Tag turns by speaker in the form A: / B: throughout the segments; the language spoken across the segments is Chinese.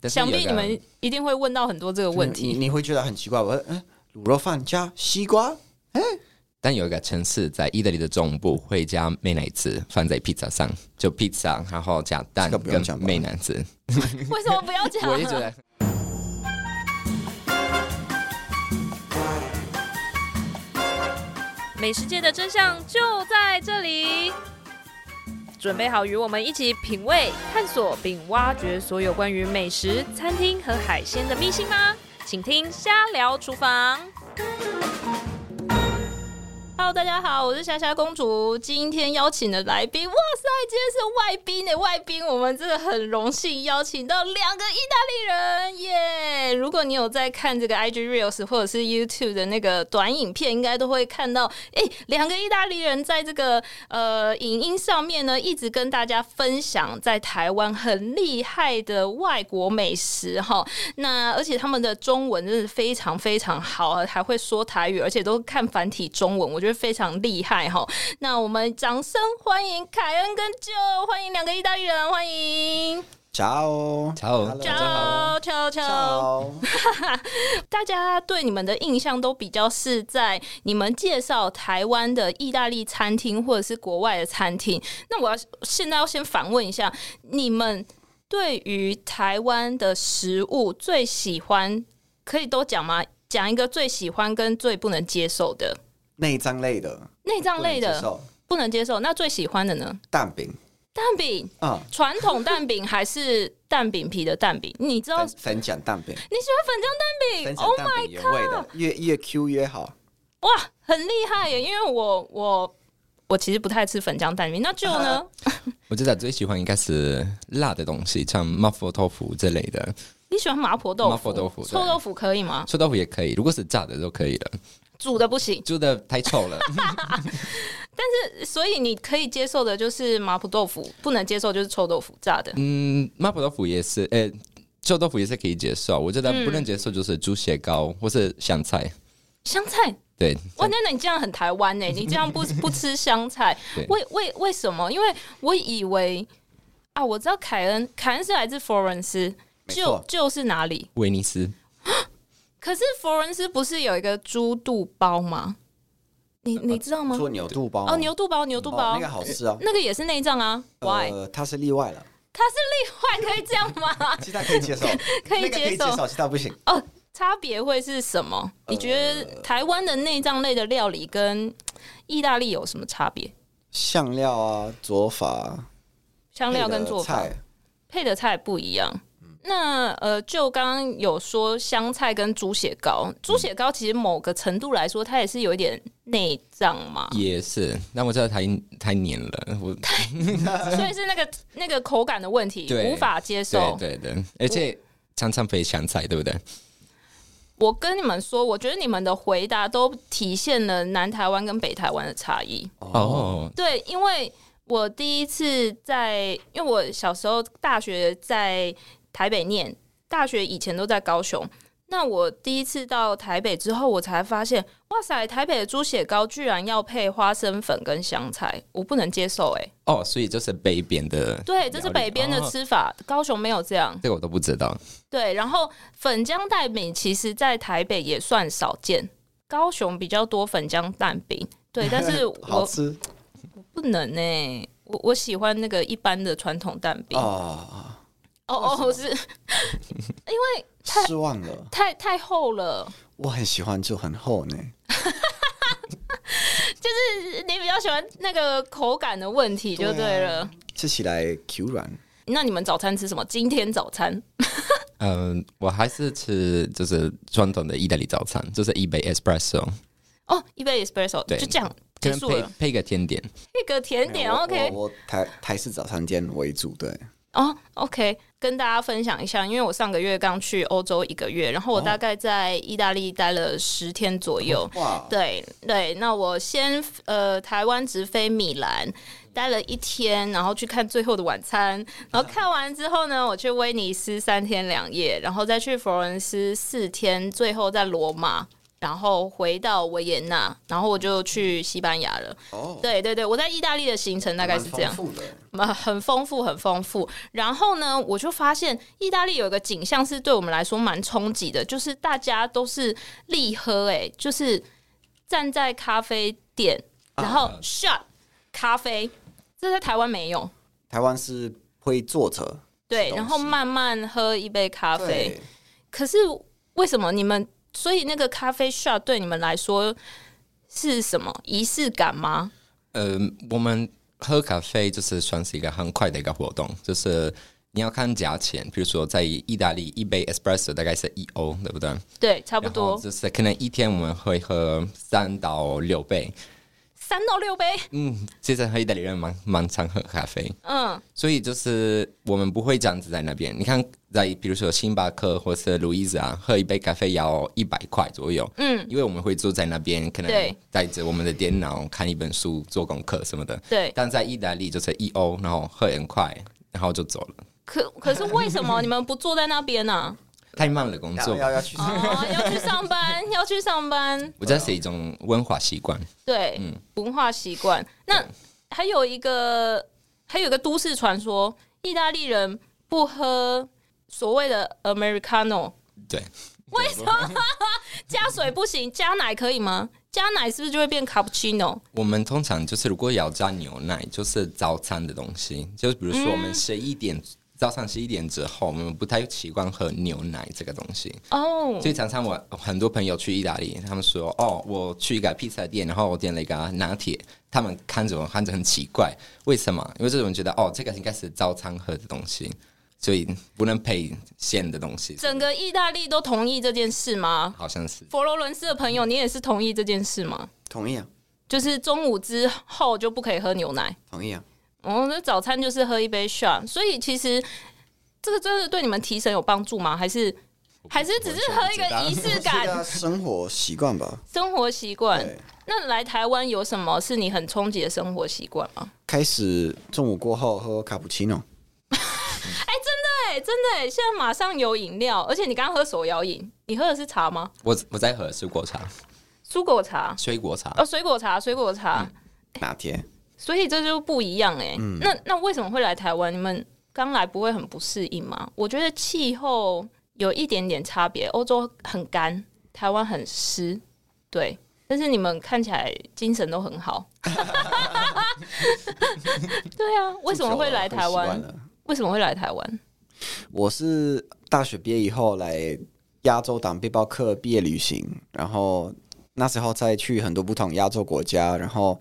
A: 但是有
B: 想
A: 一个
B: 必你们一定会问到很多这个问
C: 你
B: 题。
C: 你会觉得很奇怪。我说，嗯，卤肉饭加西瓜，
A: 但有一个城市在意大利的中部会加美乃滋放在披萨上，就披萨然后加蛋
C: 这个不用
A: 跟
C: 讲吧
A: 美乃 滋。
B: 为什么不要讲？
A: 我也觉得
D: 美食界的真相就在这里。准备好与我们一起品味、探索并挖掘所有关于美食、餐厅和海鲜的秘辛吗？请听《瞎聊厨房》。
B: Hello，大家好，我是霞霞公主。今天邀请的来宾，哇塞，今天是外宾的外宾，我们真的很荣幸邀请到两个意大利人耶如果你有在看这个 IG Reels 或者是 YouTube 的那个短影片，应该都会看到，哎、两个意大利人在这个呃影音上面呢，一直跟大家分享在台湾很厉害的外国美食哈。那而且他们的中文真的非常非常好，啊，还会说台语，而且都看繁体中文，我觉得非常厉害哈。那我们掌声欢迎凯恩跟 Joe，欢迎两个意大利人，欢迎
C: ciao
A: Ciao
B: Joe
C: Hello，
B: Joe Joe。
C: ciao
B: 大家对你们的印象都比较是在你们介绍台湾的意大利餐厅或者是国外的餐厅。那我要现在要先反问一下，你们对于台湾的食物最喜欢，可以都讲吗？讲一个最喜欢跟最不能接受的
C: 内脏类的，
B: 内脏类
C: 不能接
B: 的
C: 受
B: 不能接受，那最喜欢的呢？
C: 蛋饼
B: 蛋饼，
C: 啊，
B: 传统蛋饼还是蛋饼皮的蛋饼？你知道
C: 粉粉饺蛋饼，
B: 你喜欢粉浆
C: 粉
B: 蛋饼？Oh
C: 饺
B: my
C: 蛋饼原味的，越越 Q 越好。
B: 哇，很厉害耶！因为我我我其实不太吃粉浆蛋饼，那就 呢？
A: 我知道最喜欢应该是辣的东西，像麻婆豆腐这类的，
B: 你喜欢麻婆豆腐？
A: 麻婆豆腐对
B: 臭豆腐可以吗？
A: 臭豆腐也可以，如果是炸的都可以了，
B: 煮的不行，
A: 煮的太臭 了。
B: 所以你可以接受的就是麻婆豆腐，不能接受就是臭豆腐炸的。
A: 嗯，麻婆豆腐也是，呃、臭豆腐也是可以接受。我觉
B: 嗯
A: 得不能接受就是猪血糕或是香菜，
B: 香菜，
A: 对，
B: 哇，那那你这样很台湾呢？ 你这样不不吃香菜
A: 对，
B: 为为为什么？因为我以为啊，我知道凯恩，凯恩是来自佛罗伦斯，
C: 没
B: 就
C: 错
B: 就是哪里？
A: 威尼斯
B: 可是佛罗伦斯不是有一个猪肚包吗？你你知道吗？
C: 做牛肚包吗
B: 哦，牛肚包，牛肚
C: 哦
B: 包，
C: 那个好吃哦。
B: 那个也是内脏啊。Why？、
C: 呃，它是例外了，
B: 它是例外，可以这样吗？
C: 其他可以接受，
B: 可以
C: 那个可
B: 接
C: 以
B: 受
C: 接受，其他不行。
B: 哦，差别会是什么？你觉得台湾的内脏类的料理跟意大利有什么差别？
C: 香料啊，做法，
B: 香料跟做法
C: 配的菜
B: 配的菜不一样。那呃，就刚刚有说香菜跟猪血糕，猪血糕其实某个程度来说，它也是有一点内脏嘛，
A: 也是，但我知道太太黏了，我
B: 所以是那个那个口感的问题，
A: 对
B: 无法接受。
A: 对对对，而且常常配香菜，对不对？
B: 我跟你们说，我觉得你们的回答都体现了南台湾跟北台湾的差异。
A: 哦，
B: 对，因为我第一次在，因为我小时候大学在台北念，大学以前都在高雄。那我第一次到台北之后，我才发现，哇塞，台北的猪血糕居然要配花生粉跟香菜，我不能接受哎、
A: 哦，所以就是北边的，
B: 对，这是北边的
A: 哦
B: 吃法，高雄没有这样。
A: 这个我都不知道。
B: 对，然后粉浆蛋饼其实在台北也算少见，高雄比较多粉浆蛋饼。对，但 是
C: 好
B: 我
C: 吃
B: 不能呢、我我喜欢那个一般的传统蛋饼。哦
C: 啊，
B: 哦，我是
C: 失望了。
B: 太太厚了，
C: 我很喜欢，就很厚呢。
B: 你比较喜欢那个口感的问题就对了。
C: 吃起来 Q 软，
B: 那你们早餐吃什么？今天早餐
A: 嗯，我还是吃就是传统的意大利早餐，就是一杯 espresso，
B: 哦，一杯 espresso，
A: 对
B: 就这样
A: 可
B: 结
A: 能
B: 束
A: 配
B: 了。
A: 配个甜点。
B: 一个甜点
C: 我
B: ，OK。
C: 我我台台式早餐店为主，对，
B: 哦、o k 跟大家分享一下，因为我上个月刚去欧洲一个月，然后
C: 哦
B: 我大概在意大利待了十天左右。
C: 哇，
B: 对对，那我先呃，台湾直飞米兰，待了一天，然后去看《最后的晚餐》，然
C: 嗯
B: 后看完之后呢，我去威尼斯三天两夜，然后再去佛罗伦斯四天，最后在罗马。然后回到维也纳，然后我就去西班牙了。
C: 哦，
B: 对对对，我在意大利的行程大概是这样
C: 蛮。丰富的
B: 呃，很丰富，很丰富。然后呢，我就发现意大利有一个景象是对我们来说蛮冲击的，就是大家都是立喝、欸，就是站在咖啡店，然后
C: 啊
B: shot 咖啡，这在台湾没有。
C: 台湾是会坐车，
B: 对，
C: 吃东西
B: 然后慢慢喝一杯咖啡
C: 对。，
B: 可是为什么你们？所以那个咖啡 shot 对你们来说是什么仪式感吗？
A: 呃，我们喝咖啡就是算是一个很快的一个活动，就是你要看价钱，比如说在意大利一杯 espresso 大概是一欧，对不对？
B: 对，差不
A: 然后
B: 多
A: 就是可能一天我们会喝三到六杯。
B: 三到六杯。
A: 嗯，其实意大利人蛮蛮常喝咖啡，
B: 嗯，
A: 所以就是我们不会这样子在那边。你看，在比如说星巴克或是路易莎喝一杯咖啡要一百块左右。
B: 嗯，
A: 因为我们会坐在那边，可
B: 对
A: 能带着我们的电脑看一本书、做功课什么的。
B: 对。
C: 嗯
A: 但在意大利就是一欧，然后喝很快，然后就走了，
B: 可可是为什么你们不坐在那边啊呢、
A: 太慢了工
C: 要
A: 作。
C: 要要去
B: 哦，要去上班，要去上班，
A: 我觉得是一种文化习惯。
B: 对，文化习惯。那还有一个，还有一个都市传说，意大利人不喝所谓的 Americano，
A: 对，
B: 为什么 加水不行？加奶可以吗？加奶是不是就会变 cappuccino？
A: 我们通常就是如果要加牛奶，就是早餐的东西，就是比如说我们十一点、早上十一点之后，我们不太习惯喝牛奶这个东西。
B: 哦
A: 所以常常我很多朋友去意大利，他们说哦，我去一个披萨店，然后我点了一个拿铁，他们看着我看着很奇怪，为什么？因为这种人觉得哦，这个应该是早餐喝的东西，所以不能配馅的东西。
B: 整个意大利都同意这件事吗？
A: 好像是
B: 佛罗伦斯的朋友，你也是同意这件事吗？
C: 同意啊，
B: 就是中午之后就不可以喝牛奶。
C: 同意啊，
B: 哦，那早餐就是喝一杯 shot，所以其实这个真的对你们提神有帮助吗？还是还是只是喝一个仪式
C: 这
B: 感、
C: 个生活习惯吧。
B: 生活习惯？
C: 对，
B: 那来台湾有什么是你很冲击的生活习惯吗？
C: 开始中午过后喝卡布奇诺，
B: 对，哎真的耶，现在马上有饮料，而且你刚刚喝手摇饮，你喝的是茶吗？
A: 我我在喝水果茶，
B: 蔬果茶
A: 水果茶。
B: 哦，水果茶，水果茶，
C: 拿铁。
B: 所以这就不一样哎、
C: 嗯
B: 那那为什么会来台湾？你们刚来不会很不适应吗？我觉得气候有一点点差别，欧洲很干，台湾很湿，对。但是你们看起来精神都很 好。对啊，为什么会来台
C: 住久
B: 湾
C: 了？会习惯？了
B: 为什么会来台湾？
C: 我是大学毕业以后来亚洲当背包客毕业旅行，然后那时候再去很多不同亚洲国家，然后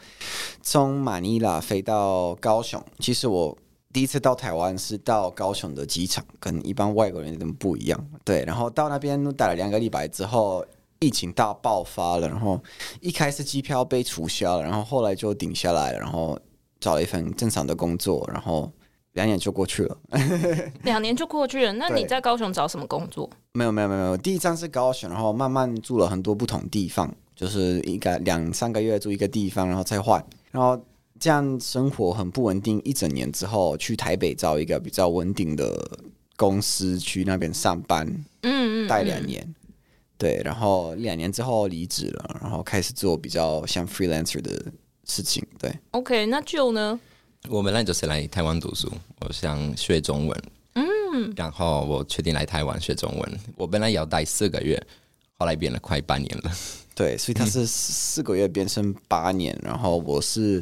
C: 从马尼拉飞到高雄。其实我第一次到台湾是到高雄的机场，跟一般外国人有点不一样。对，然后到那边嗯待了两个礼拜之后。疫情大爆发了，然后一开始机票被取消了，然后后来就顶下来了，然后找了一份正常的工作，然后两年就过去了。
B: 两年就过去了，那你
C: 对
B: 在高雄找什么工作？
C: 没有没有没有没有，第一站是高雄，然后慢慢住了很多不同地方，就是一个两三个月住一个地方，然后再换，然后这样生活很不稳定。一整年之后，去台北找一个比较稳定的公司去那边上班，
B: 嗯嗯，
C: 待两年。对，然后两年之后离职了，然后开始做比较像 freelancer 的事情。对，
B: OK，那就呢？
A: 我本来就是来台湾读书，我想学中文，嗯，然后我决定来台湾学中文。我本来要待四个月，后来变了快半年了。
C: 对，所以他是四个月变成八年，然后我是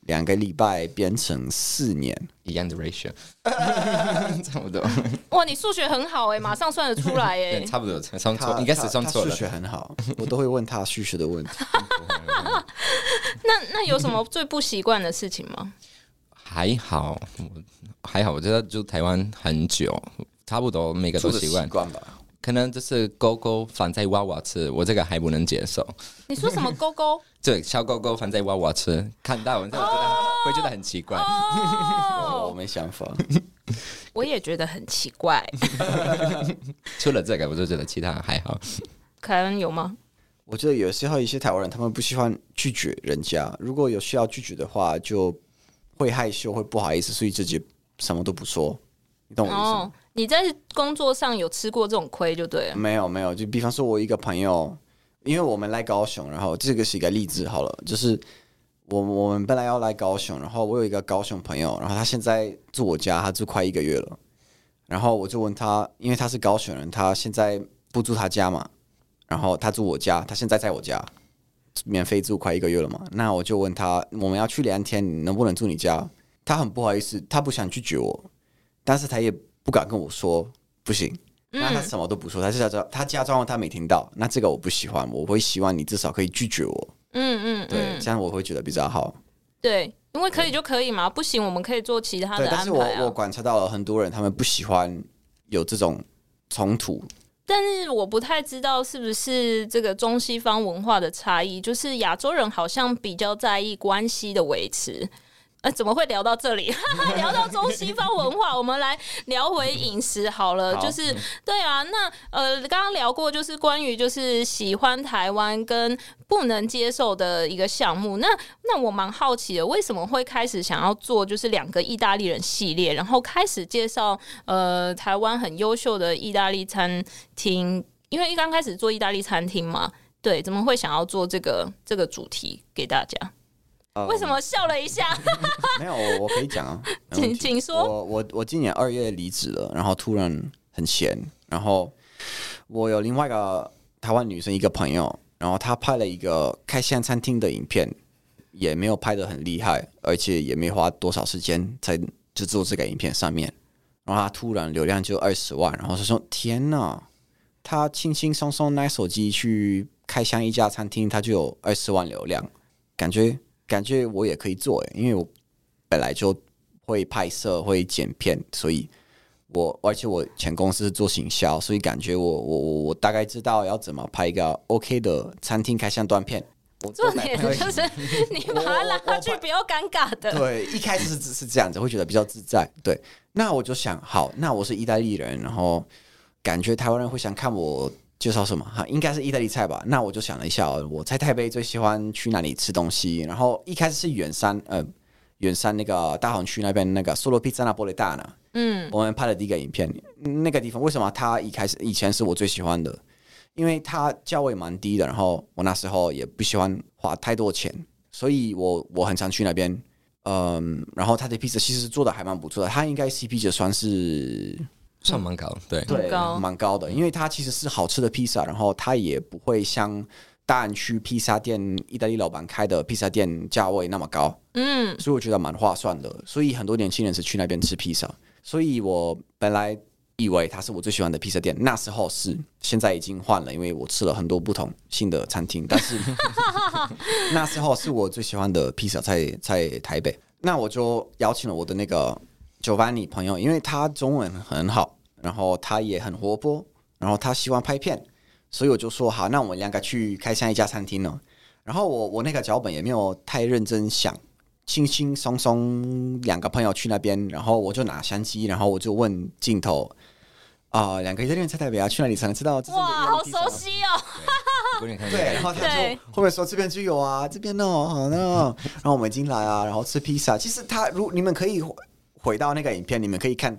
C: 两个礼拜变成四年。
A: 一样的 ratio，差不多，
B: 哇，你数学很好哎、马上算得出来 哎、
A: 对差不多，算
C: 他
A: 错，应该是
C: 他
A: 算错
C: 他
A: 了
C: 数。学很好，我都会问他数学的问题。
B: 那那有什么最不习惯的事情吗？
A: 还好，我还好，我觉得住台湾很久，差不多每个都
C: 住的
A: 习惯。
C: 吧，
A: 可能就是狗狗放在娃娃吃，我这个还不能接受。
B: 你说 什么勾勾？
A: 对，小狗狗放在娃娃吃，看到我就觉得会觉得很奇怪。
C: 我
B: 哦，
C: 没想法。
B: 我也觉得很奇怪，
A: 除了这个，我就觉得其他还好。
B: 凯恩有吗？
C: 我觉得有时候一些台湾人他们不喜欢拒绝人家，如果有需要拒绝的话，就会害羞，会不好意思，所以自己什么都不说。你懂我意思吗？
B: 哦，你在工作上有吃过这种亏就对了。
C: 没有没有，就比方说我一个朋友，因为我们来高雄，然后这个是一个例子好了，就是我我们本来要来高雄，然后我有一个高雄朋友，然后他现在住我家，他住快一个月了，然后我就问他，因为他是高雄人，他现在不住他家嘛，然后他住我家，他现在在我家，免费住快一个月了嘛，那我就问他，我们要去两天，你能不能住你家？他很不好意思，他不想拒绝我，但是他也不敢跟我说不行。那他
B: 嗯，
C: 什么都不说，他是假装他假装他没听到。那这个我不喜欢，我会希望你至少可以拒绝我，
B: 嗯嗯
C: 对，
B: 嗯，
C: 这样我会觉得比较好。
B: 对，因为可以就可以嘛，不行我们可以做其他
C: 对，
B: 的
C: 但
B: 安
C: 是我
B: 排
C: 我
B: 啊。
C: 观察到了很多人他们不喜欢有这种冲突，
B: 但是我不太知道是不是这个中西方文化的差异，就是亚洲人好像比较在意关系的维持。 呃，怎么会聊到这里？ 聊到中西方文化，我们来聊回饮食好了。
C: 好
B: 就是对啊，那呃，刚刚聊过就是关于就是喜欢台湾跟不能接受的一个项目。那那我蛮好奇的，为什么会开始想要做就是两个意大利人系列，然后开始介绍呃台湾很优秀的意大利餐厅？因为一刚开始做意大利餐厅嘛，对，怎么会想要做这个这个主题给大家？
C: 呃
B: 为什么笑了一下？
C: 没有？我我可以讲啊，没问
B: 请
C: 题
B: 请说。
C: 我我我今年二月离职了，然后突然很闲，然后我有另外一个台湾女生一个朋友，然后她拍了一个开西餐餐厅的影片，也没有拍的很厉害，而且也没花多少时间在制作这个影片上面，然后她突然流量就二十万，然后她说天呐，她轻轻松松拿手机去开箱一家餐厅，她就有二十万流量，感觉感觉我也可以做耶，因为我本来就会拍摄、会剪片，所以我而且我前公司是做行销，所以感觉我我我我大概知道要怎么拍一个 OK 的餐厅开箱断片。我
B: 重
C: 我买
B: 点
C: 朋友
B: 就是你把
C: 我
B: 它
C: 我
B: 拉
C: 我
B: 去
C: 把
B: 不要尴尬的。
C: 对，一开始是只是这样子，会觉得比较自在。对，那我就想，好，那我是意大利人，然后感觉台湾人会想看我介绍什么哈，应该是意大利菜吧。那我就想了一下哦，我在台北最喜欢去哪里吃东西？然后一开始是远山，呃，远山那个大红区那边那个 Solo Pizza Napoletana，
B: 嗯
C: 我们拍的第一个影片，那个地方为什么它一开始以前是我最喜欢的？因为它价位蛮低的，然后我那时候也不喜欢花太多钱，所以我我很常去那边。嗯，然后它的披萨其实做的还蛮不错的，它应该 CP 值算是
A: 算蛮高，对，
C: 嗯
B: 很高
C: 蛮高的，因为它其实是好吃的披萨，然后它也不会像大安区披萨店意大利老板开的披萨店价位那么高。
B: 嗯
C: 所以我觉得蛮划算的。所以很多年轻人是去那边吃披萨，所以我本来以为它是我最喜欢的披萨店，那时候是，现在已经换了，因为我吃了很多不同新的餐厅，但是那时候是我最喜欢的披萨在在台北。那我就邀请了我的那个 Giovanni 朋友，因为他中文很好，然后他也很活泼，然后他喜欢拍片，所以我就说好，那我们两个去开箱一家餐厅呢。然后我我那个脚本也没有太认真想，轻轻松松两个朋友去那边，然后我就拿相机，然后我就问镜头啊、两个意大利人在台北啊，去哪里才能知道？
B: 哇，好熟！悉哦。
A: 有点看
C: 对，然后他就
B: 对
C: 后面说这边就有啊，这边哦，好呢，然后我们进来啊，然后吃披萨。其实他如你们可以回回到那个影片，你们可以看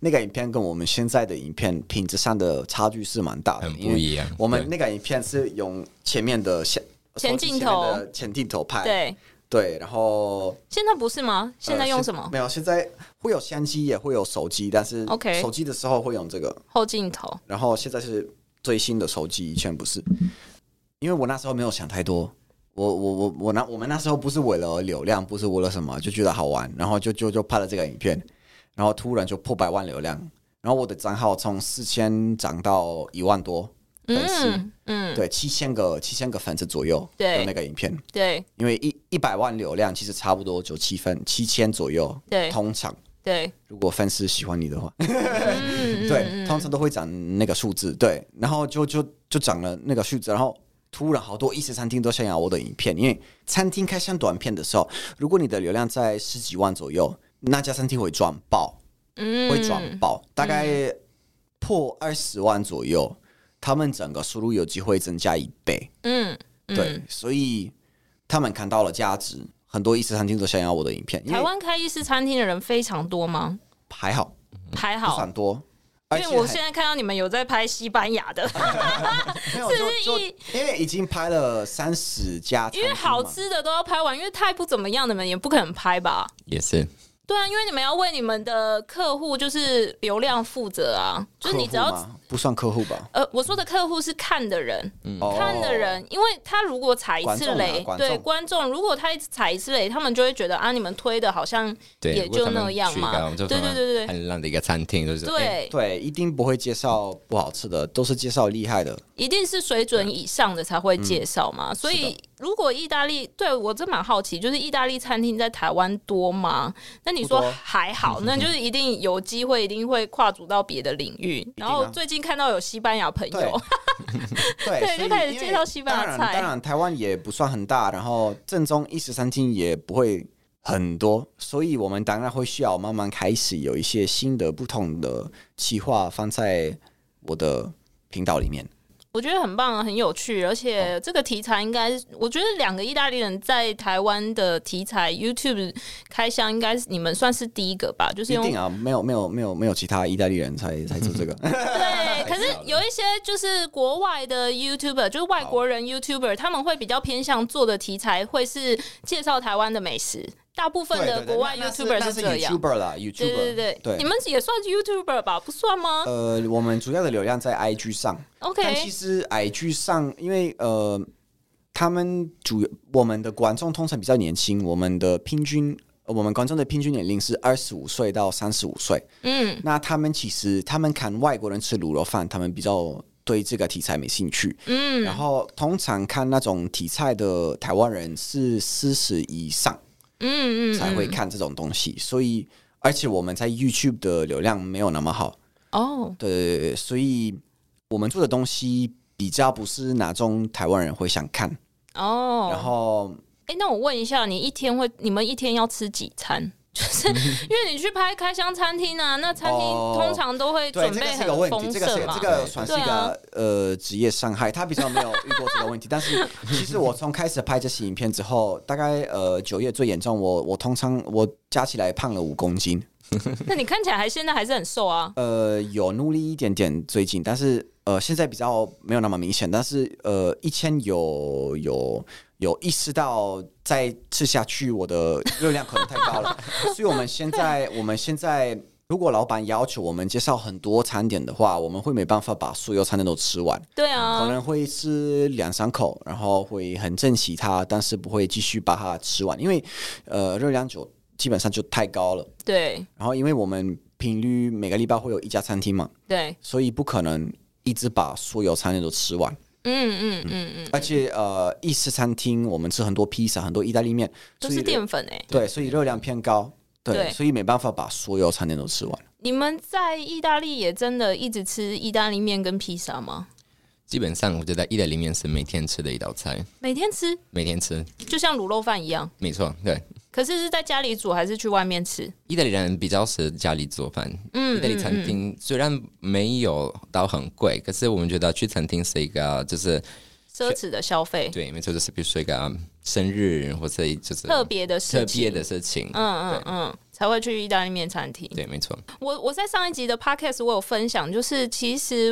C: 那个影片跟我们现在的影片品质上的差距是蛮大的，
A: 很不
C: 因为
A: 一样
C: 我们
A: 对
C: 那个影片是用前面的前
B: 前镜头
C: 手机前面的前镜头拍，
B: 对，
C: 对，然后
B: 现在不是吗？现在用什
C: 呃
B: 么
C: 现没有，现在会有相机，也会有手机，但是
B: OK
C: 手机的时候会用这个，
B: 后镜头？
C: 然后现在是最新的手机，以前不是。因为我那时候没有想太多，我我我我那我们那时候不是为了流量，不是为了什么，就觉得好玩，然后就就就拍了这个影片，然后突然就破百万流量，然后我的账号从四千涨到一万多粉丝，
B: 嗯嗯，
C: 对，七千个七千个粉丝左右，
B: 对
C: 就那个影片。
B: 对
C: 因为一一百万流量其实差不多就七分七千左右，
B: 对
C: 通常
B: 对，
C: 如果粉丝喜欢你的话，
B: 嗯
C: 对，通常都会涨那个数字，对，然后就就就涨了那个数字，然后突然好多意式餐厅都想要我的影片，因为餐厅开箱短片的时候，如果你的流量在十几万左右，那家餐厅会赚爆，
B: 嗯
C: 会转爆，大概破二十万左右，他们整个收入有机会增加一倍。
B: 嗯嗯
C: 对，所以他们看到了价值，很多意式餐厅都想要我的影片，因
B: 台
C: 为
B: 湾开意式餐厅的人非常多吗？
C: 还好
B: 还
C: 不
B: 好
C: 算多，而
B: 因
C: 且
B: 为我
C: 还啊
B: 现在看到你们有在拍西班牙的，
C: 没有
B: 是
C: 就
B: 不是
C: 就
B: 一
C: 因为已经拍了三十家餐
B: 因
C: 厅
B: 为
C: 嘛，
B: 好吃的都要拍完，因为太不怎么样，你们也不可能拍吧？
A: 也是
B: 对啊，因为你们要为你们的客户就是流量负责啊，就是
C: 客户
B: 你只要
C: 吗不算客户吧？
B: 呃，我说的客户是看的人，
C: 哦
B: 看的人，因为他如果踩一
C: 观
B: 次
C: 众啊
B: 雷，
C: 观
B: 对
C: 众
B: 观众，如果他一直踩一次雷，他们就会觉得啊，你们推的好像
A: 对，
B: 也就那样嘛
A: 我们就
B: 对对对对
A: 很烂的一个餐厅，就是
B: 对，
A: 哎
C: 对，一定不会介绍不好吃的，都是介绍 厉害的。
B: 一定是水准以上的才会介绍嘛。
C: 嗯
B: 所以如果意大利，对我真蛮好奇，就是意大利餐厅在台湾多吗？那你说
C: 不多
B: 还 好，那就是一定有机会，一定会跨足到别的领域。
C: 定
B: 然
C: 啊
B: 后最近看到有西班牙朋
C: 对
B: 友，
C: 对
B: 对
C: 所以
B: 就开始
C: 因为
B: 介绍西班牙
C: 当然
B: 菜
C: 当然，台湾也不算很大，然后正宗意式餐厅也不会很多，所以我们当然会需要慢慢开始有一些新的、不同的企划放在我的频道里面。
B: 我觉得很棒啊，很有趣，而
C: 哦
B: 且这个题材应该是，我觉得两个意大利人在台湾的题材 YouTube 开箱，应该是你们算是第一个吧，就是
C: 一
B: 用
C: 定啊，没有没有没有没有其他意大利人才才做这个。
B: 对，可
C: 啊
B: 是有一些就是国外的 YouTuber，就是外国人 YouTuber，他们会比较偏向做的题材会是介绍台湾的美食。大部分的国外 YouTuber
C: 是
B: 这样，
C: YouTuber 啦
B: 对对
C: ，YouTuber
B: 对
C: 对
B: 你们也算 YouTuber 吧？不算吗
C: 呃，我们主要的流量在 IG 上，但其
B: ？OK，
C: 实 IG 上，因为呃，他们主我们的观众通常比较年轻，我们的平均。呃我们观众的平均年龄是二十五岁到三十五岁，
B: 嗯，
C: 那他们其实他们看外国人吃卤肉饭，他们比较对这个题材没兴趣，嗯，然后通常看那种题材的台湾人是四十以上，
B: 嗯嗯
C: 才会看这种东西，所以而且我们在 YouTube 的流量没有那么好，
B: 哦，
C: 对对对，对所以我们做的东西比较不是哪种台湾人会想看，
B: 哦，
C: 然后
B: 哎、那我问一下，你一天会，你们一天要吃几餐？ 就是因为你去拍开箱餐厅啊，那餐厅
C: 哦
B: 通常都会
C: 对
B: 准
C: 这个
B: 备
C: 是个问
B: 很
C: 题，
B: 丰
C: 这个是
B: 盛嘛
C: 这。个算是一
B: 对
C: 个、
B: 啊
C: 呃职业伤害，他比较没有遇过这个问题，但是其实我从开始拍这些影片之后，大概呃九月最严重，我我通常我加起来胖了五公斤，
B: 那你看起来还现在还是很瘦啊。
C: 呃，有努力一点点最近，但是呃，现在比较没有那么明显。但是呃，以前有有有意识到再吃下去，我的热量可能太高了，所以我们现在我们现在如果老板要求我们介绍很多餐点的话，我们会没办法把所有餐点都吃完，
B: 对啊，
C: 可能会吃两三口，然后会很珍惜它，但是不会继续把它吃完，因为呃，热量就基本上就太高了。
B: 对
C: 然后因为我们频率每个礼拜会有一家餐厅嘛，
B: 对，
C: 所以不可能一直把所有餐点都吃完。
B: 嗯嗯嗯嗯，
C: 而且呃，意式餐厅我们吃很多披萨，很多意大利面，
B: 都
C: 所
B: 是
C: 以
B: 淀粉哎、
C: 对，所以热量偏高。对，
B: 对
C: 所以没办法把所有餐点都吃完。
B: 你们在意大利也真的一直吃意大利面跟披萨吗？
A: 基本上我觉得意大利面是每天吃的一道菜，
B: 每天吃，
A: 每天吃，
B: 就像卤肉饭一样。
A: 没错，对。
B: 可是是在家里煮还是去外面吃？
A: 意大利人比较是家里做饭，
B: 嗯
A: 意大利餐厅虽然没有到很贵，可是我们觉得去餐厅是一个就是
B: 奢侈的消费，
A: 对，没错，就是比如说一个生日或者就是
B: 特别的事
A: 特
B: 情，
A: 别的事情，
B: 嗯嗯嗯，才会去意大利面餐厅。
A: 对，没错，
B: 我我在上一集的 podcast 我有分享，就是其实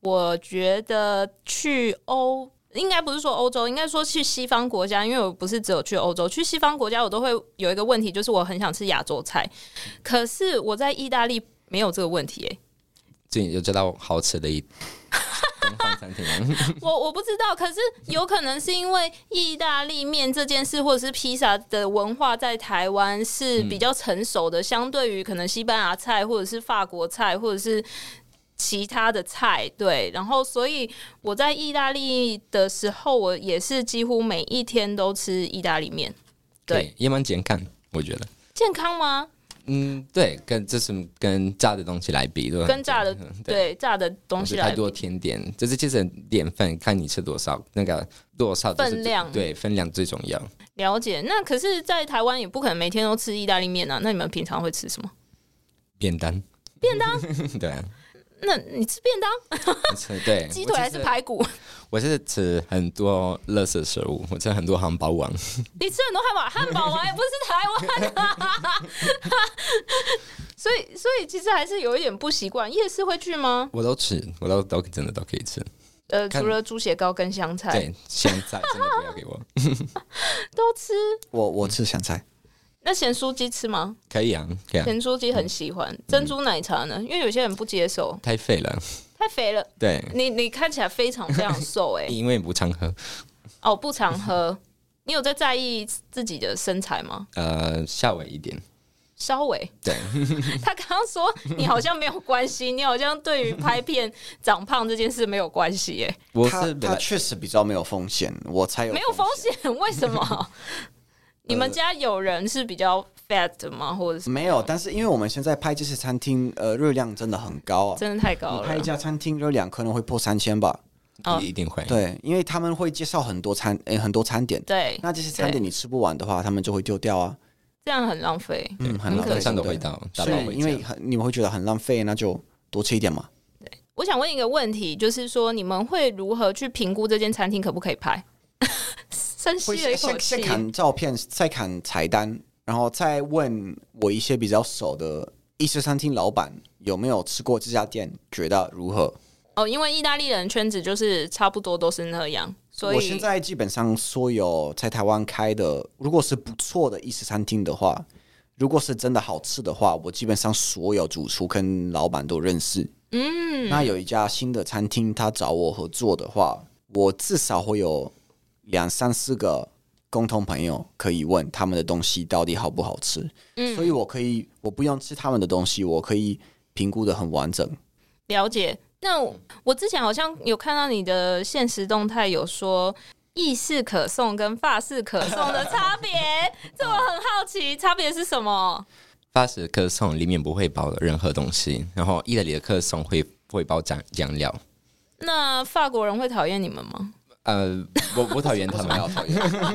B: 我觉得去欧。应该不是说欧洲，应该说去西方国家，因为我不是只有去欧洲，去西方国家我都会有一个问题，就是我很想吃亚洲菜，可是我在意大利没有这个问题、欸，
A: 最近有知道好吃 的一东方餐厅吗，
B: 我我不知道，可是有可能是因为意大利面这件事，或者是披萨的文化在台湾是
A: 嗯
B: 比较成熟的，相对于可能西班牙菜或者是法国菜或者是其他的菜，对。然后，所以我在意大利的时候，我也是几乎每一天都吃意大利面。对，
A: 也蛮健康，我觉得。
B: 健康吗？
A: 嗯，对，跟就是跟炸的东西来比，对吧
B: 跟炸的
A: 嗯
B: 对炸的
A: 不
B: 东
A: 是
B: 西
A: 太
B: 来比，
A: 多甜点，就是其实点分，看你吃多少，那个多少就是
B: 分量
A: 对分量最重要。
B: 了解。那可是，在台湾也不可能每天都吃意大利面啊。那你们平常会吃什么？
A: 便当，便 当，对啊，
B: 那你吃便当，
A: 吃对
B: 鸡腿还是？排骨？
A: 我其实我是吃很多垃圾食物，我吃很多汉堡王，
B: 你吃很多汉堡，汉堡王也不是台湾的、啊 所以所以其实还是有一点不习惯。夜市会去吗？
A: 我都吃，我都都真的都可以吃。
B: 呃，
A: 看
B: 除了猪血糕跟香菜
A: 对，现在真的不要给 我，
B: 都吃。
C: 我
B: 嗯
C: 我吃香菜，
B: 那咸酥鸡吃吗？
A: 可以啊，可以啊，
B: 咸酥鸡很喜
A: 嗯
B: 欢。珍珠奶茶呢？因为有些人不接受，
A: 太废了。
B: 太肥了。
A: 对，
B: 你你看起来非常非常瘦哎、
A: 因为不常喝，
B: 哦，不常喝。你有在在意自己的身材吗？
A: 呃，下尾一点。
B: 稍微。
A: 对，
B: 他刚刚说你好像没有关心，你好像对于拍片长胖这件事没有关系哎耶、
A: 我
C: 它
A: 是本
C: 它
A: 来
C: 确实比较没有风险，我才有呃
B: 没有风险，为什 么？你们家有人是比较 fat 的吗？或者是
C: 没有，但是因为我们现在拍这些餐厅，呃，热量真的很高啊。
B: 真的太高
C: 你拍一
B: 了？
C: 家餐厅热量可能会破三千吧？
B: 哦
A: 一定会。
C: 对，因为他们会介绍很多餐，诶、很多餐点。
B: 对，
C: 那这些餐
B: 对
C: 点你吃不完的话，他们就会丢掉啊。
B: 这样很浪费。
C: 嗯，很
A: 很
C: 浪
A: 可
C: 费。
A: 上的
C: 对
A: 味道，打
C: 是
A: 包回家
C: 因为很你们会觉得很浪费，那就多吃一点嘛。
B: 我想问一个问题，就是说你们会如何去评估这间餐厅可不可以拍？ 深吸了一口
C: 先
B: 气
C: 先，看照片，再看菜单，然后再问我一些比较熟的意式餐厅老板有没有吃过这家店，觉得如何？
B: 哦，因为意大利人圈子就是差不多都是那样，所
C: 我现
B: 以
C: 在基本上所有在台湾开的，如果是不错的意式餐厅的话，如果是真的好吃的话，我基本上所有主厨跟老板都认识。嗯，那有一家新的餐厅，他找我合作的话，我至少会有两三四个共同朋友可以问他们的东西到底好不好吃。嗯，所以我可以，我不用吃他们的东西，我可以评估的很完整。
B: 了解。那
C: 嗯
B: 我我之前好像有看到你的现实动态，有说意式可颂跟法式可颂的差 别，这我很好奇，差别是什么？
A: 法式客颂里面不会包任何东西，然后意大利的客颂会会包酱酱料。
B: 那法国人会讨厌你们吗？
A: 呃，我我讨厌他们，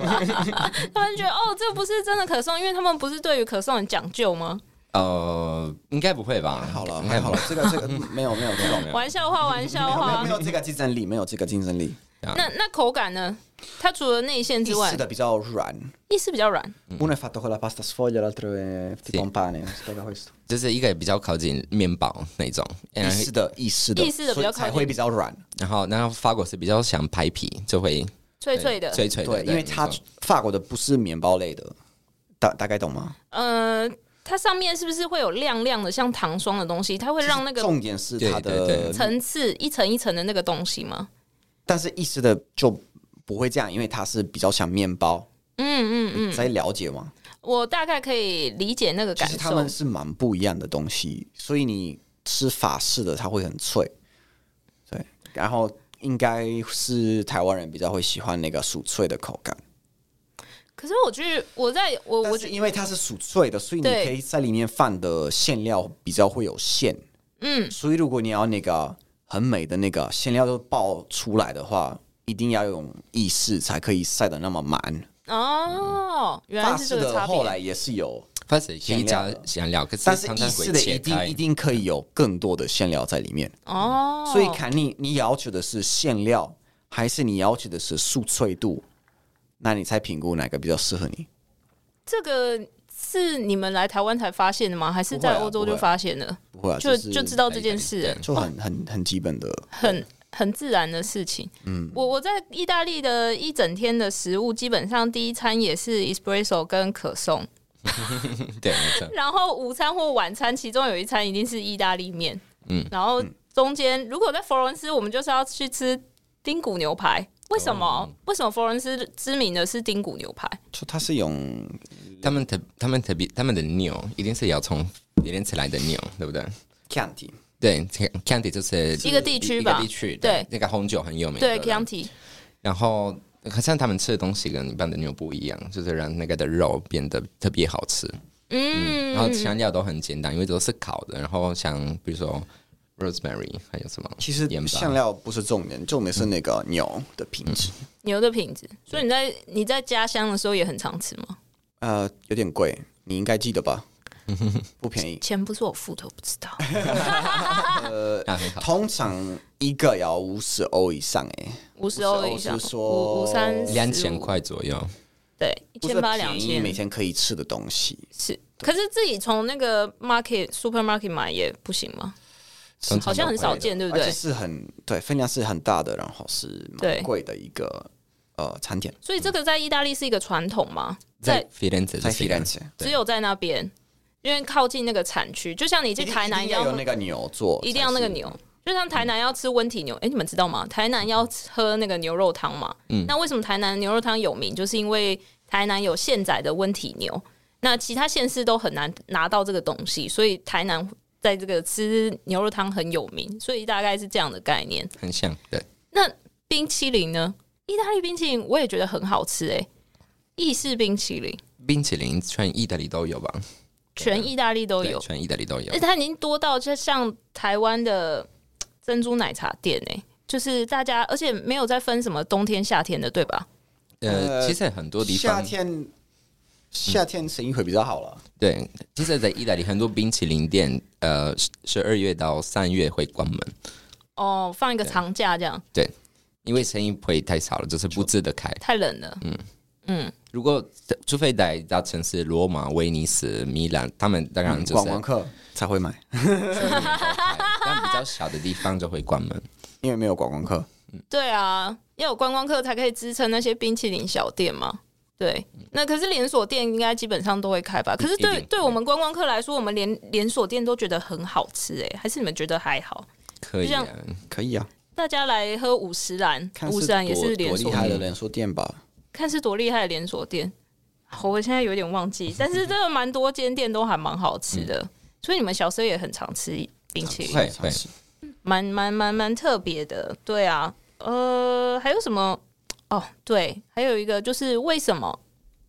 B: 他们觉得哦，这不是真的可颂，因为他们不是对于可颂很讲究吗？
A: 呃，应该不会吧？
C: 好了，
A: 应该
C: 还
A: 不
C: 好
A: 会
C: 了，这个这个没有没有这种。
B: 玩笑话，玩笑
C: 没有
B: 话
C: 没。有这个竞争力，没有这个竞争力。
B: 那那口感呢？它除了内 馅之
C: 意
B: 外
C: 式，的比较软。
B: 意式比较软。
C: Uno è fatto con la pasta sfoglia, l'altro
A: 嗯
C: è tipo
A: Sì.
C: un pane. si tocca questo.
A: 就是一个比较靠近面包那种，然
C: 意
A: 后
C: 式的意式的
B: 意式的比较
C: 所以才
B: 靠近
C: 会比较软，
A: 然后然后法国是比较想排皮，就会
B: 脆脆的，
A: 脆脆的，
C: 对，因为它
A: 没错
C: 法国的不是面包类的，大大概懂吗？
B: 呃，它上面是不是会有亮亮的像糖霜的东西？它会让那个
C: 重点是它
A: 对对
C: 的
A: 对，
B: 层次一层一层的那个东西吗？
C: 但是意式的就不会这样，因为它是比较像面包。
B: 嗯嗯嗯，
C: 在了解吗？
B: 我大概可以理解那个
C: 其
B: 感
C: 实它
B: 受
C: 们。是蛮不一样的东西，所以你吃法式的它会很脆，对，然后应该是台湾人比较会喜欢那个酥脆的口感。
B: 可是我去，我在我
C: 但
B: 我
C: 是因为它是薯脆的，所以你
B: 对
C: 可以在里面放的馅料比较会有馅。
B: 嗯，
C: 所以如果你要那个很美的那个馅料都爆出来的话，一定要用意式才可以晒的那么满。
B: 哦，原来
C: 法
B: 是这
C: 式
B: 个
C: 的
B: 差
C: 后来
B: 别。
C: 也是有，
A: 法式可以加
C: 香
A: 香料，
C: 料的
A: 可是
C: 但是
A: 常
C: 意
A: 常会
C: 式的
A: 切
C: 一定
A: 开
C: 一定可以有更多的馅料在里面。
B: 哦，
C: 嗯所以看你你要求的是馅料，还是你要求的是酥脆度，那你才评估哪个比较适合你。
B: 这个是你们来台湾才发现的吗？还是
C: 不会
B: 在
C: 啊
B: 欧洲
C: 不会
B: 就
C: 啊
B: 发现了？
C: 不会啊，
B: 就是就知道这件事了，
C: 就很很很基本的。
B: 很很自然的事情。嗯，我我在意大利的一整天的食物，基本上第一餐也是 espresso 跟可颂，
A: 对，没错。
B: 然后午餐或晚餐，其中有一餐一定是意大利面。嗯，然后中间如果在佛罗伦斯，我们就是要去吃丁骨牛排。为什么？为什么佛罗伦斯知名的是丁骨牛排？
C: 就它是用
A: 他们特他们特别他们的牛一定是要从别人吃来的牛，对不对？
C: Chianti，
A: 对，Candy 就是
B: 一个地区吧
A: 一个地区
B: 对
A: 那个红酒很有名，
B: 对啊
A: 不
B: c a n t i
A: 然后好像他们吃的东西跟一般的牛不一样，就是让那个的肉变得特别好吃。
B: 嗯，
A: 然后香料都很简单，因为都是烤的。然后像比如说 rosemary 还有什么，
C: 其实
A: 盐巴
C: 馅料不是重点，重点是那个牛的品质。
A: 嗯
B: 牛的品质。所以你在你在家乡的时候也很常吃吗？
C: 呃，有点贵，你应该记 得吧？不便宜，
B: 钱不是我付的，我不知道。
A: 那很好。
C: 通常一个也要五十欧以上哎、
B: 五十欧以上，
C: 是
B: 五
C: 说
B: 五三
A: 两千，块左右，
B: 对，一
C: 不
B: 千
C: 是
B: 八两
C: 便宜每
B: 千
C: 天可以吃的东西。
B: 是可是自己从那个 market supermarket 买也不行吗？
A: 通常
B: 好像很
A: 都不会
B: 少见，对不
C: 而且
B: 对？
C: 是很对分量是很大的，然后是
B: 对
C: 蛮贵的一个呃餐点，
B: 所以这个在意大利是一个传统吗？
A: 在
B: 在
A: Firenze 是
C: 在 f i
A: 西
C: r e
A: 班牙
C: n z
A: 对
B: 只有在那边，因为靠近那个产区，就像你去台南
C: 要
B: 要
C: 有那个嗯牛做，
B: 一定要那个牛，就像台南要吃温体牛，哎、你们知道吗？台南要喝那个牛肉汤嘛，
A: 嗯
B: 那为什么台南牛肉汤有名？就是因为台南有现宰的温体牛，那其他县市都很难拿到这个东西，所以台南在这个吃牛肉汤很有名，所以大概是这样的概念。
A: 很像，对，
B: 那冰淇淋呢？意大利冰淇淋我也觉得很好吃哎、意式冰淇淋
A: 冰淇淋全意大利都有吧？
B: 全意大利都
A: 对
B: 有，
A: 全意大利都有
B: 而且。它已经多到就像台湾的珍珠奶茶店哎、就是大家而且没有再分什么冬天夏天的对吧？
A: 呃，
C: 呃
A: 其实很多地
C: 夏
A: 方
C: 天夏天生意会比较好了，
A: 对，其实，在意大利很多冰淇淋店，呃，十二月到三月会关门，
B: 哦，放一个长假这样
A: 因为生意会太少了，就是不值得开。
B: 太冷了，嗯嗯，
A: 如果除非在大城市罗马、威尼斯、米兰，他们当然就是
C: 观光客才会买，
A: 开，但比较小的地方就会关门。
C: 因为没有观光客。
B: 对啊，要有观光客才可以支撑那些冰淇淋小店嘛。对，那可是连锁店应该基本上都会开吧？可是
A: 嗯一
B: 对
A: 定
B: 对我们观光客来说，我们连连锁店都觉得很好吃哎、还是你们觉得还好？
A: 可以、
B: 就
A: 啊，
C: 可以啊，
B: 大家来喝五十兰，
C: 看
B: 五
C: 是
B: 十兰也是连锁
C: 多厉
B: 店
C: 害的连锁店吧？
B: 看是多厉害的连锁店。好我现在有点忘记，但是真的蛮多间店都还蛮好吃
C: 嗯
B: 的，所以你们小时候也很常吃冰淇淋，
A: 会会
C: 尝。试
B: 蛮蛮蛮蛮特别的。对啊，呃，还有什么？哦，对，还有一个就是为什么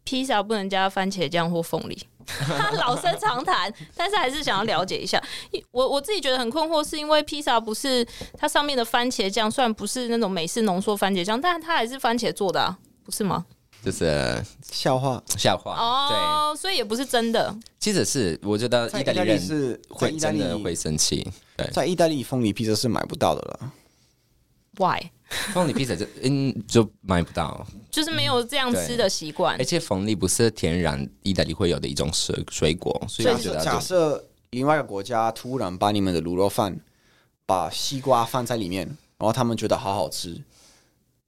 B: 披萨不能加番茄酱或凤梨？ 老生常谈，但是还是想要了解一下。我我自己觉得很困惑，是因为披萨不是它上面的番茄酱，虽然不是那种美式浓缩番茄酱，但它还是番茄做的、啊，不是吗？
A: 就是呃
C: 笑话，
A: 笑话。对，
B: 哦，所以也不是真的。
A: 其实是我觉得
C: 在
A: 意大利
C: 意大利
A: 人
C: 是在
A: 会
C: 意大
A: 真的
C: 利
A: 会，生气。对，
C: 在意大利凤梨披萨是买不到的了。
B: Why？
A: 凤梨披萨就嗯就买不到，
B: 就是没有这样吃的习惯
A: 而。且凤梨不是天然意大利会有的一种水水果，所以
C: 假
A: 我觉
C: 设
A: 得
C: 假
A: 它就
C: 设另外一个国家突然把你们的卤肉饭把西瓜放在里面，然后他们觉得好好吃，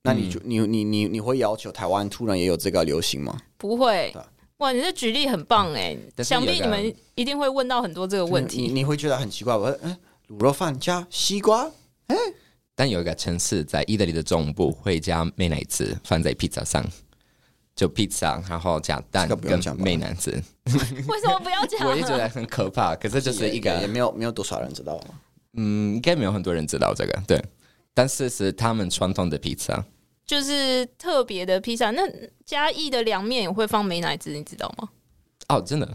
C: 那
A: 嗯
C: 你就、你你你你会要求台湾突然也有这个流行吗？
B: 不会
C: 对。
B: 哇，你这举例很棒哎、
A: 嗯但是有啊
B: 想
A: 一个
B: 必你们一定会问到很多这个问
C: 你
B: 题。
C: 你会觉得很奇怪，我说嗯，卤肉饭加西瓜，
A: 但有一个城市在意大利的中部会加美乃滋放在披萨上，就披萨然后加蛋
C: 这个不用
A: 跟
C: 讲吧
A: 美乃滋，
B: 为什么不要讲？
A: 嗯
B: 啊
A: 我也觉得很可怕。可是就是一
C: 也也
A: 个
C: 没有没有多少人知道啊嘛。
A: 嗯，应该没有很多人知道这个对，但是是他们传统的披萨，
B: 就是特别的披萨。那嘉义的凉面也会放美乃滋，你知道吗？
A: 哦，真的，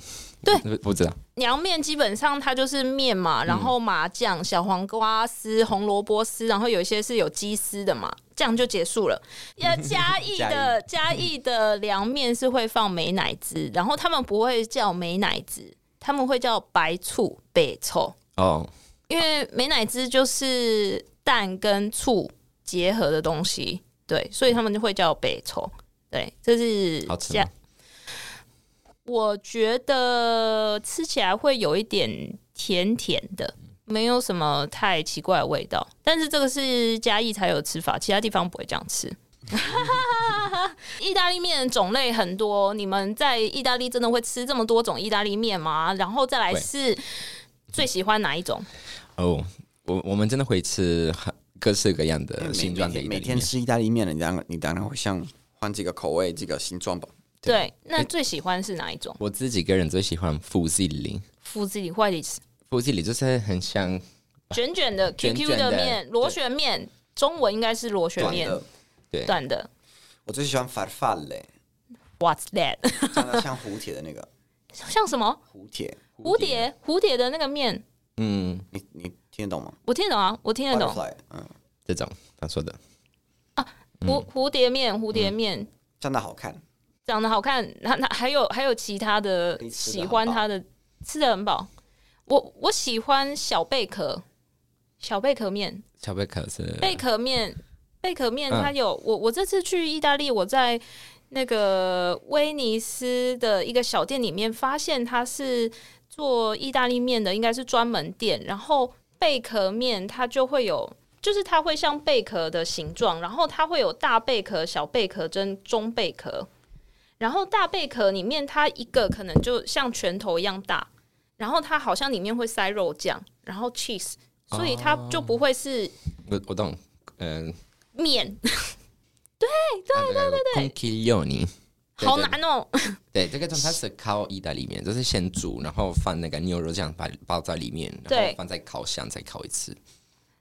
B: 对
A: 我，我知道，
B: 凉面基本上它就是
A: 嗯
B: 面嘛，然后麻酱、小黄瓜丝、红萝卜丝，然后有一些是有鸡丝的嘛，这样就结束 了。要嘉义的
A: 嗯
B: 嘉义的凉面是会放美乃滋，然后他们不会叫美乃滋，他们会叫白醋北醋，
A: 哦，
B: 因为美乃滋就是蛋跟醋结合的东西，对，所以他们就会叫北醋。对，这是啊
A: 好吃
B: 嘉
A: 吗？
B: 我觉得吃起来会有一点甜甜的，没有什么太奇怪的味道。但是这个是嘉义才有吃法，其他地方不会这样吃。 意大利面种类很多，你们在意大利真的会吃这么多种意大利面吗？然后再来
A: 会
B: 是最喜欢哪一种？
A: 哦，我我们真的会吃很各式各样的形状的意大
C: 每天每
A: 利面
C: 天。吃意大利面，你当然你当然会想换这个口味、这个形状吧。
B: 对，那最喜欢是哪一种？
A: 我自己个人最喜欢福西里，
B: 富士里坏里
A: 福西里就是很像
B: 卷卷的
A: 卷
B: QQ
A: 卷的
B: 的面，螺旋面，中文应该是螺旋
C: 短
B: 面
C: 的，，
A: 对
B: 短的。
C: 我最喜欢 farfalle，
B: What's that？
C: 长得像蝴蝶的那个
B: 像什么？
C: 蝴蝶，
B: 蝴蝶蝴蝶的那个面，
A: 嗯
C: 你你听得懂吗
B: 我听得懂啊，我听得懂。
C: ？butterfly，嗯，
A: 这种他说的，
B: 蝴蝴蝶面，蝴蝶面、
C: 真的好看。
B: 长得好看，那那还有还有其他的
C: 你吃得
B: 喜
C: 很
B: 欢
C: 饱
B: 它的，吃的很饱。我我喜欢小贝壳，小贝壳面，哎
A: 小贝壳是
B: 贝壳面贝壳面
A: 嗯
B: 它有、我我这次去意大利，我在那个威尼斯的一个小店里面发现它是做意大利面的，应该是专门店。然后贝壳面它就会有。就是它会像贝壳的形状，然后它会有大贝壳、小贝壳跟中贝壳。然后大贝壳里面它一个可能就像拳头一样大，然后它好像里面会塞肉酱，然后 cheese，所以它就不会是
A: 我我懂，嗯、
B: 面，
A: 对对对对 c o n c i g l i o n i
B: 好难哦。
A: 对，这个状它是靠意大利面，就是先煮，然后放那个牛肉酱把包在里面，然
B: 对
A: 后放在烤箱再烤一次。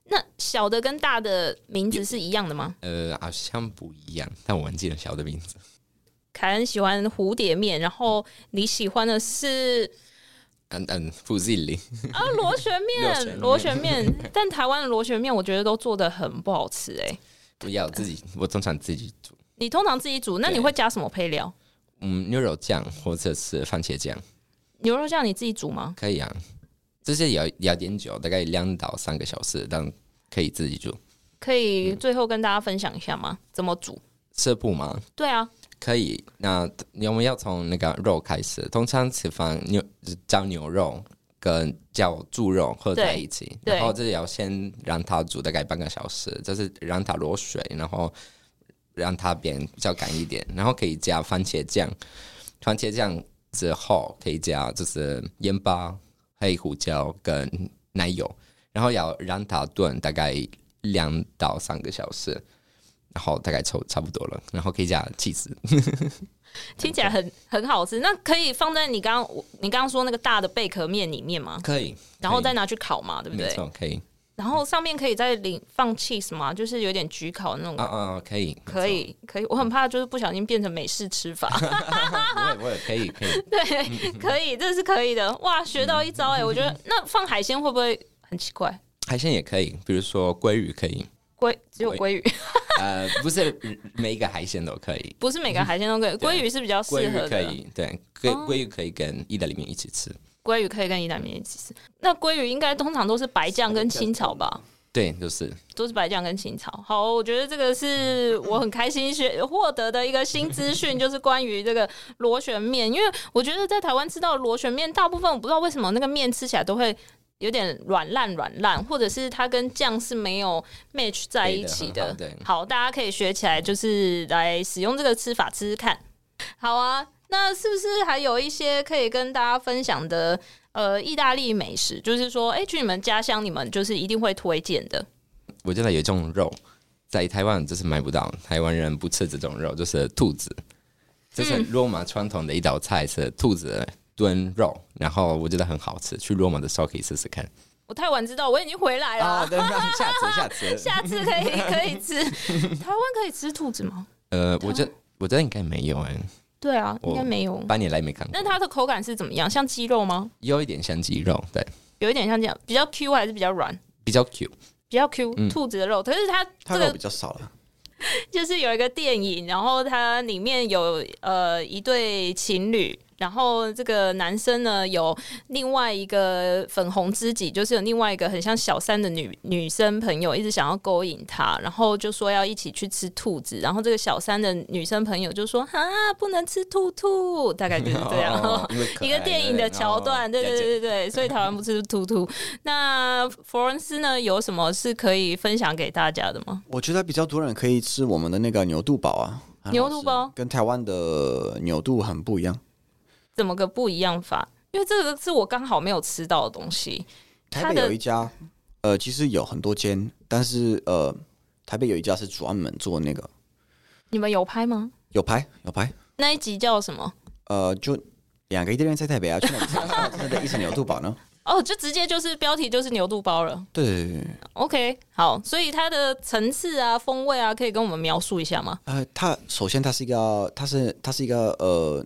B: 那小的跟大的名字是一样的吗？
A: 呃，好像不一样，但我忘记了小的名字。
B: 凯恩喜欢蝴蝶面，然后你喜欢的是
A: 嗯嗯，不是里，
B: 啊
A: 螺
B: 螺旋
A: 旋
B: 面，
A: 面
B: 螺旋面。但台湾的螺旋面，我觉得都做的很不好吃哎、
A: 不要自己，我通常自己煮。
B: 你通常自己煮，那你
A: 对
B: 会加什么配料？
A: 嗯，牛肉酱或者是番茄酱
B: 牛肉酱你自己煮吗？
A: 可以啊，这些也要也要点久，大概两到三个小时，但可以自己煮。
B: 可以最后跟大家分享一下吗？怎么煮？
A: 吃不吗？
B: 对啊，
A: 可以。那我们要从那个肉开始，通常吃饭牛叫牛肉跟叫猪肉合在一起，
B: 对
A: 然后这里要先让它煮大概半个小时，就是让它落水，然后让它变比较干一点，然后可以加番茄酱，番茄酱之后可以加就是盐巴、黑胡椒跟奶油，然后要让它炖大概两到三个小时。然后大概差差不多了，然后可以加 cheese，
B: 听起来很很好吃。那可以放在你刚刚我你刚刚说那个大的贝壳面里面吗？
A: 可以，
B: 然后
A: 可以
B: 再拿去烤嘛，对不
A: 没
B: 对？
A: 错，可以
B: 然后上面可以再淋放 cheese 嘛，就是有点焗烤那种
A: 啊啊，可以，
B: 可以，可以，我很怕就是不小心变成美式吃法。
A: 我也我也可以可 以，
B: 对，可以，这是可以的。哇，学到一招哎、我觉
A: 嗯
B: 得那放海鲜会不会很奇怪？
A: 海鲜也可以，比如说鲑鱼可以，
B: 鲑只有鲑鱼，
A: 呃，不是每一个海鲜都可以，
B: 不是每个海鲜都可以。鲑鱼是比较适
A: 鲑
B: 合
A: 鱼可
B: 的，哦
A: 以，对，鲑鲑鱼可以跟意大利面一起吃，
B: 鲑鱼可以跟意大利面一起吃。那鲑鱼应该通常都是白酱跟青草吧？
A: 对，就是
B: 都是白酱跟青草。好，我觉得这个是我很开心学 获得的一个新资讯，就是关于这个螺旋面。因为我觉得在台湾吃到的螺旋面，大部分我不知道为什么那个面吃起来都会。有点软烂软烂，或者是它跟酱是没有 match 在一起的。
A: 对的很啊好对
B: 好，大家可以学起来，就是来使用这个吃法吃吃看。好啊，那是不是还有一些可以跟大家分享的？呃，意大利美食，就是说，哎、去你们家乡，你们就是一定会推荐的。
A: 我觉得有一种肉在台湾就是买不到，台湾人不吃这种肉，就是兔子，就是罗马传统的一道菜是兔子炖肉，然后我觉得很好吃，去罗马的时候可以试试看
B: 我太晚知道，我已经回来了。
A: 啊，对，那下次下次
B: 嗯 下次可以可 以吃，台湾可以吃兔子吗？
A: 呃，我觉得我觉得应该没有哎、
B: 对啊，
A: 我
B: 应该没有。
A: 八年来没看过
B: 那，它的口感是怎么样？像鸡肉吗？
A: 有一点像鸡肉，
B: 嗯
A: 对，
B: 有一点像这样，比较 Q 还是比较软？
A: 比较 Q。
B: 比较 Q，、
A: 嗯
B: 兔子的肉。可是它
C: 它
B: 这
C: 肉
B: 个
C: 比较少了，
B: 就是有一个电影，然后它里面有呃一对情侣。然后这个男生呢，有另外一个粉红知己，就是有另外一个很像小三的女女生朋友，一直想要勾引他，然后就说要一起去吃兔子。然后这个小三的女生朋友就说：“哈，不能吃兔兔。”大概就是这样。
A: 哦 因为可爱
B: 啊一个电影的桥段，对
A: 对不
B: 对
A: 对
B: 对对对，所以台湾不吃兔兔。那佛伦斯呢，有什么是可以分享给大家的吗？
C: 我觉得比较多人可以吃我们的那个牛肚堡啊，很好吃
B: 牛肚包
C: 跟台湾的牛肚很不一样。
B: 怎么个不一样法？因为这个是我刚好没有吃到的东西。它
C: 台北
B: 的
C: 有一家，呃，其实有很多间，但是呃，台北有一家是专门做那个
B: 你们有拍吗？
C: 有牌有牌，
B: 那一集叫什么？
C: 呃，就两个意大利人在台北啊， 去哪里吃真的一层牛 肚堡呢？
B: 哦，就直接就是标题就是牛肚包了。
C: 对对对对，
B: OK，好，所以它的层次啊、风味啊，可以跟我们描述一下吗？
C: 呃，它首先它是一个，它是它是一个呃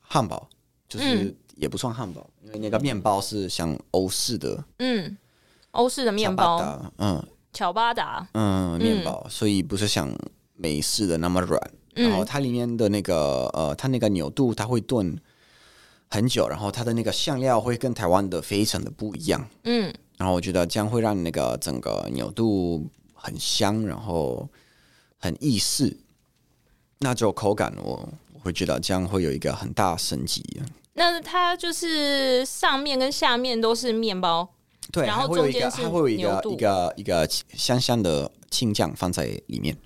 C: 汉堡，就是
B: 嗯
C: 也不算汉堡，因为那个面包是像欧式的
B: 嗯，欧式的面
C: ciabatta，
B: 包，
C: 嗯
B: 巧巴达，
C: 嗯面包，所以不是像美式的那么软。然后
B: 嗯，
C: 它里面的那个呃，它那个牛肚它会炖很久，然后它的那个香料会跟台湾的非常的不一样。
B: 嗯，
C: 然后我觉得这样会让那个整个牛肚很香，然后很意式，那就口感我我会觉得这样会有一个很大的升级。啊
B: 那它就是上面跟下面都是面包，
C: 对，
B: 然后
C: 还会有一
B: 中
C: 个
B: 间是
C: 还会有一
B: 牛
C: 个
B: 肚
C: 一个一个香香的青酱放在里面。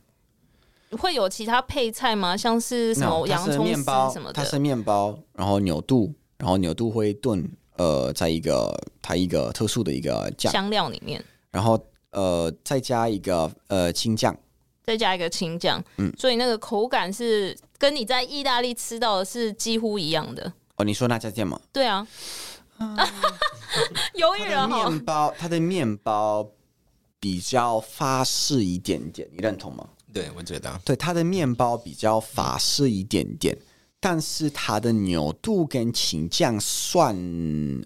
B: 会有其他配菜吗？像是什么
C: 那
B: 洋
C: 它是
B: 葱丝
C: 面包
B: 什么
C: 它
B: 的？
C: 是面包，然后牛肚，然后牛肚会炖，呃，在一个它一个特殊的一个酱，
B: 香料里面
C: 然后呃再加一个呃青酱，
B: 再加一个青酱，
C: 嗯
B: 所以那个口感是跟你在意大利吃到的是几乎一样的。
C: 哦，你说那家店吗？
B: 对啊， 犹豫
C: 它
B: 了
C: 的
B: 哈，
C: 面包，它的面包比较法式一点点，你认同吗？
A: 对我觉得
C: 对，它的面包比较法式一点点，但是它的牛肚跟芹酱算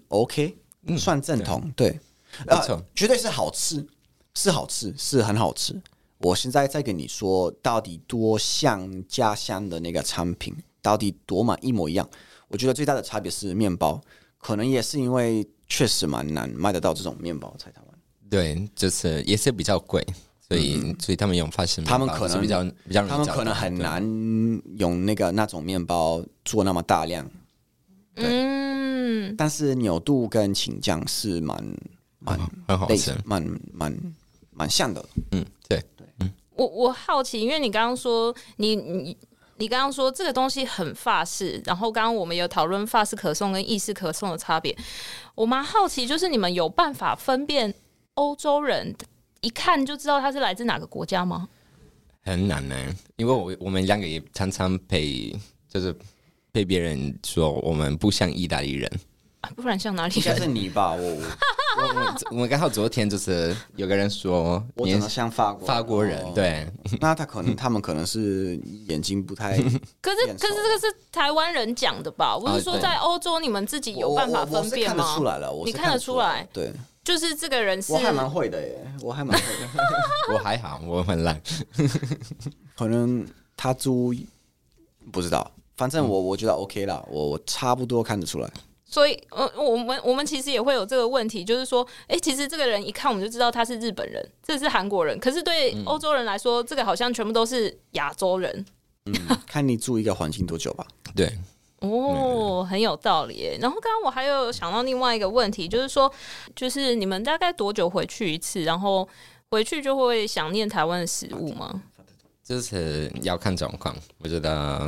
C: OK，、
A: 嗯
C: 算正统，对，呃
A: 不错
C: 绝对是好吃，是好吃，是很好吃。我现在再跟你说，到底多像家乡的那个产品，到底多么一模一样？我觉得最大的差别是面包，可能也是因为确实蛮难卖得到这种面包在台湾。
A: 对，就是也是比较贵，所以、所以他们用法式面包
C: 嗯他们可能
A: 是比较比较容易
C: 他们
A: 找
C: 可能
A: 到
C: 很
A: 对
C: 难用那个那种面包做那么大量，
B: 嗯，
C: 但是牛肚跟秦酱是蛮蛮
A: 很好
C: 类
A: 吃
C: 似，，蛮蛮蛮像的。
A: 嗯，对，
B: 我我好奇，因为你刚刚说你你。你刚刚说这个东西很法式，然后刚刚我们有讨论法式可颂跟意式可颂的差别，我蛮好奇，就是你们有办法分辨欧洲人一看就知道他是来自哪个国家吗？
A: 很难呢、因为我我们两个也常常被就是被别人说我们不像意大利人。
B: 啊不然像哪里
C: 应该
B: 人？
C: 是你吧？我
A: 我
B: 啊
A: 我我们刚好昨天就是有个人说
C: 我
A: 你
C: 长得像法国
A: 法国人，，对，
C: 哦那他可能他们可能是眼睛不太，
B: 可是
C: 变
B: 可
C: 熟
B: 是这个是台湾人讲的吧？不是说
A: 对
B: 在欧洲你们自己
C: 我
B: 有
C: 我
B: 办法
C: 啊我
B: 分
C: 是
B: 辨
C: 看得
B: 吗？
C: 出来了，我
B: 你
C: 是
B: 看
C: 看
B: 得
C: 得
B: 出来
C: 对，
B: 就是这个人是
C: 我还蛮会的耶，我还蛮会 的。
A: 我还好，我很烂，
C: 可能他租不知道，反正我我觉得 OK 啦，我我差不多看得 出来。
B: 所以，呃，我们我们其实也会有这个问题，就是说，哎、其实这个人一看我们就知道他是日本人，这是韩国人，可是对
C: 嗯
B: 欧洲人来说，这个好像全部都是亚洲人。
C: 看你住一个环境多久吧。
A: 对，
C: 嗯
B: 哦，很有道理耶。然后刚刚我还有想到另外一个问题，就是说，就是你们大概多久回去一次？然后回去就会想念台湾的食物吗？
A: 就是要看状况。我觉得，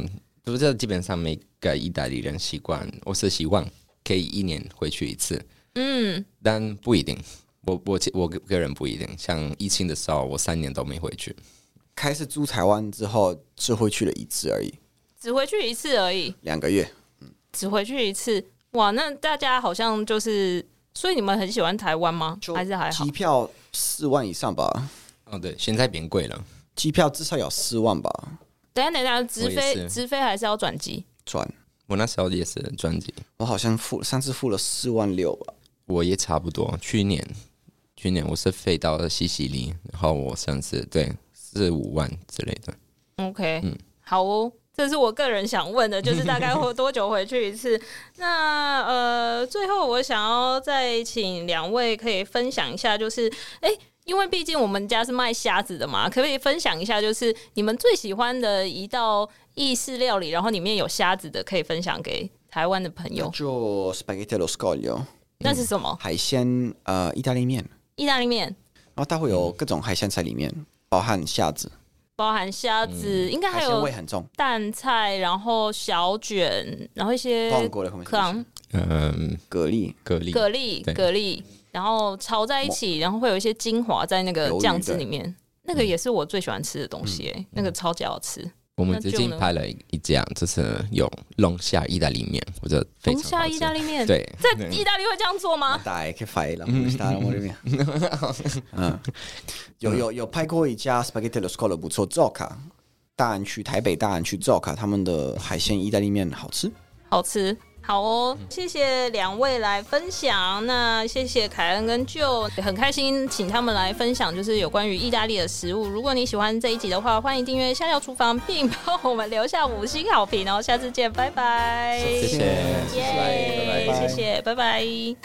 A: 我觉得基本上每个意大利人习惯，我是希望可以一年回去一次，
B: 嗯，
A: 但不一定。我我我个人不一定，像疫情的时候，我三年都没回去。
C: 开始住台湾之后，只会去了一次而已，
B: 只回去一次而已，
C: 两个月。
B: 只回去一次。哇，那大家好像就是，所以你们很喜欢台湾吗？还是还好
C: 机？票四万以上吧，
A: 哦，对，现在变贵了。
C: 机票至少有四万吧，
B: 等一下，等一下，直
A: 我也
B: 飞
A: 是
B: 直飞还是要转机？
C: 赚。
A: 我那时候也是专辑，
C: 我好像付上次付了四万六吧，
A: 我也差不多。去年，去年我是飞到了西西里，然后我上次对四五万之类的。
B: OK，、好
A: 嗯
B: 哦，这是我个人想问的，就是大 概会多久回去一次？那呃，最后我想要再请两位可以分享一下，就是哎、诶因为毕竟我们家是卖虾子的嘛，可不可以分享一下，就是你们最喜欢的一道意式料理，然后里面有虾子的，可以分享给台湾的朋
A: 嗯
B: 友？
C: 就 spaghetti allo scoglio
B: 那是什么？
C: 海鲜呃意大利面，
B: 意大利面
C: 然后它会
B: 嗯
C: 有各种海鲜在里面，包含虾子，
B: 包含虾子，应该
C: 海
B: 还
C: 鲜
B: 有
C: 味很重。
B: 蛋菜，然后小卷，然后一些
C: 忘过了可能
B: 呃可能
A: 嗯，
C: 蛤蜊、
A: 蛤蜊，
B: 蛤蜊、
A: 对
B: 蛤蜊，然后炒在一起，然后会有一些精华在那个
C: 鱿鱼
B: 酱汁
C: 对
B: 里面。那个也是我最喜欢吃的东西、欸，那个超级好吃。
A: 我
B: 那
A: 们
B: 就
A: 最
B: 呢
A: 近拍了一家，就是有龙虾意大利面，我觉得非
B: 龙
A: 常好吃。
B: 虾意大利面，
A: 对，
B: 在意大利会这样做吗？
C: 大家发啦，唔是大我 这边。嗯，有有有拍过一家 spaghetti allo scoglio 不错，Zoka 大安区台北大安区 Zoka 他们的海鲜意大利面好吃。
B: 好吃。好哦，
A: 嗯
B: 谢谢两位来分享。那谢谢凯恩跟 Joe，很开心请他们来分享，就是有关于意大利的食物。如果你喜欢这一集的话，欢迎订阅《下料厨房》，并帮我们留下五星好评哦。下次见，拜拜。
A: 谢谢。
B: 耶，
C: 拜拜
B: 谢谢，拜拜。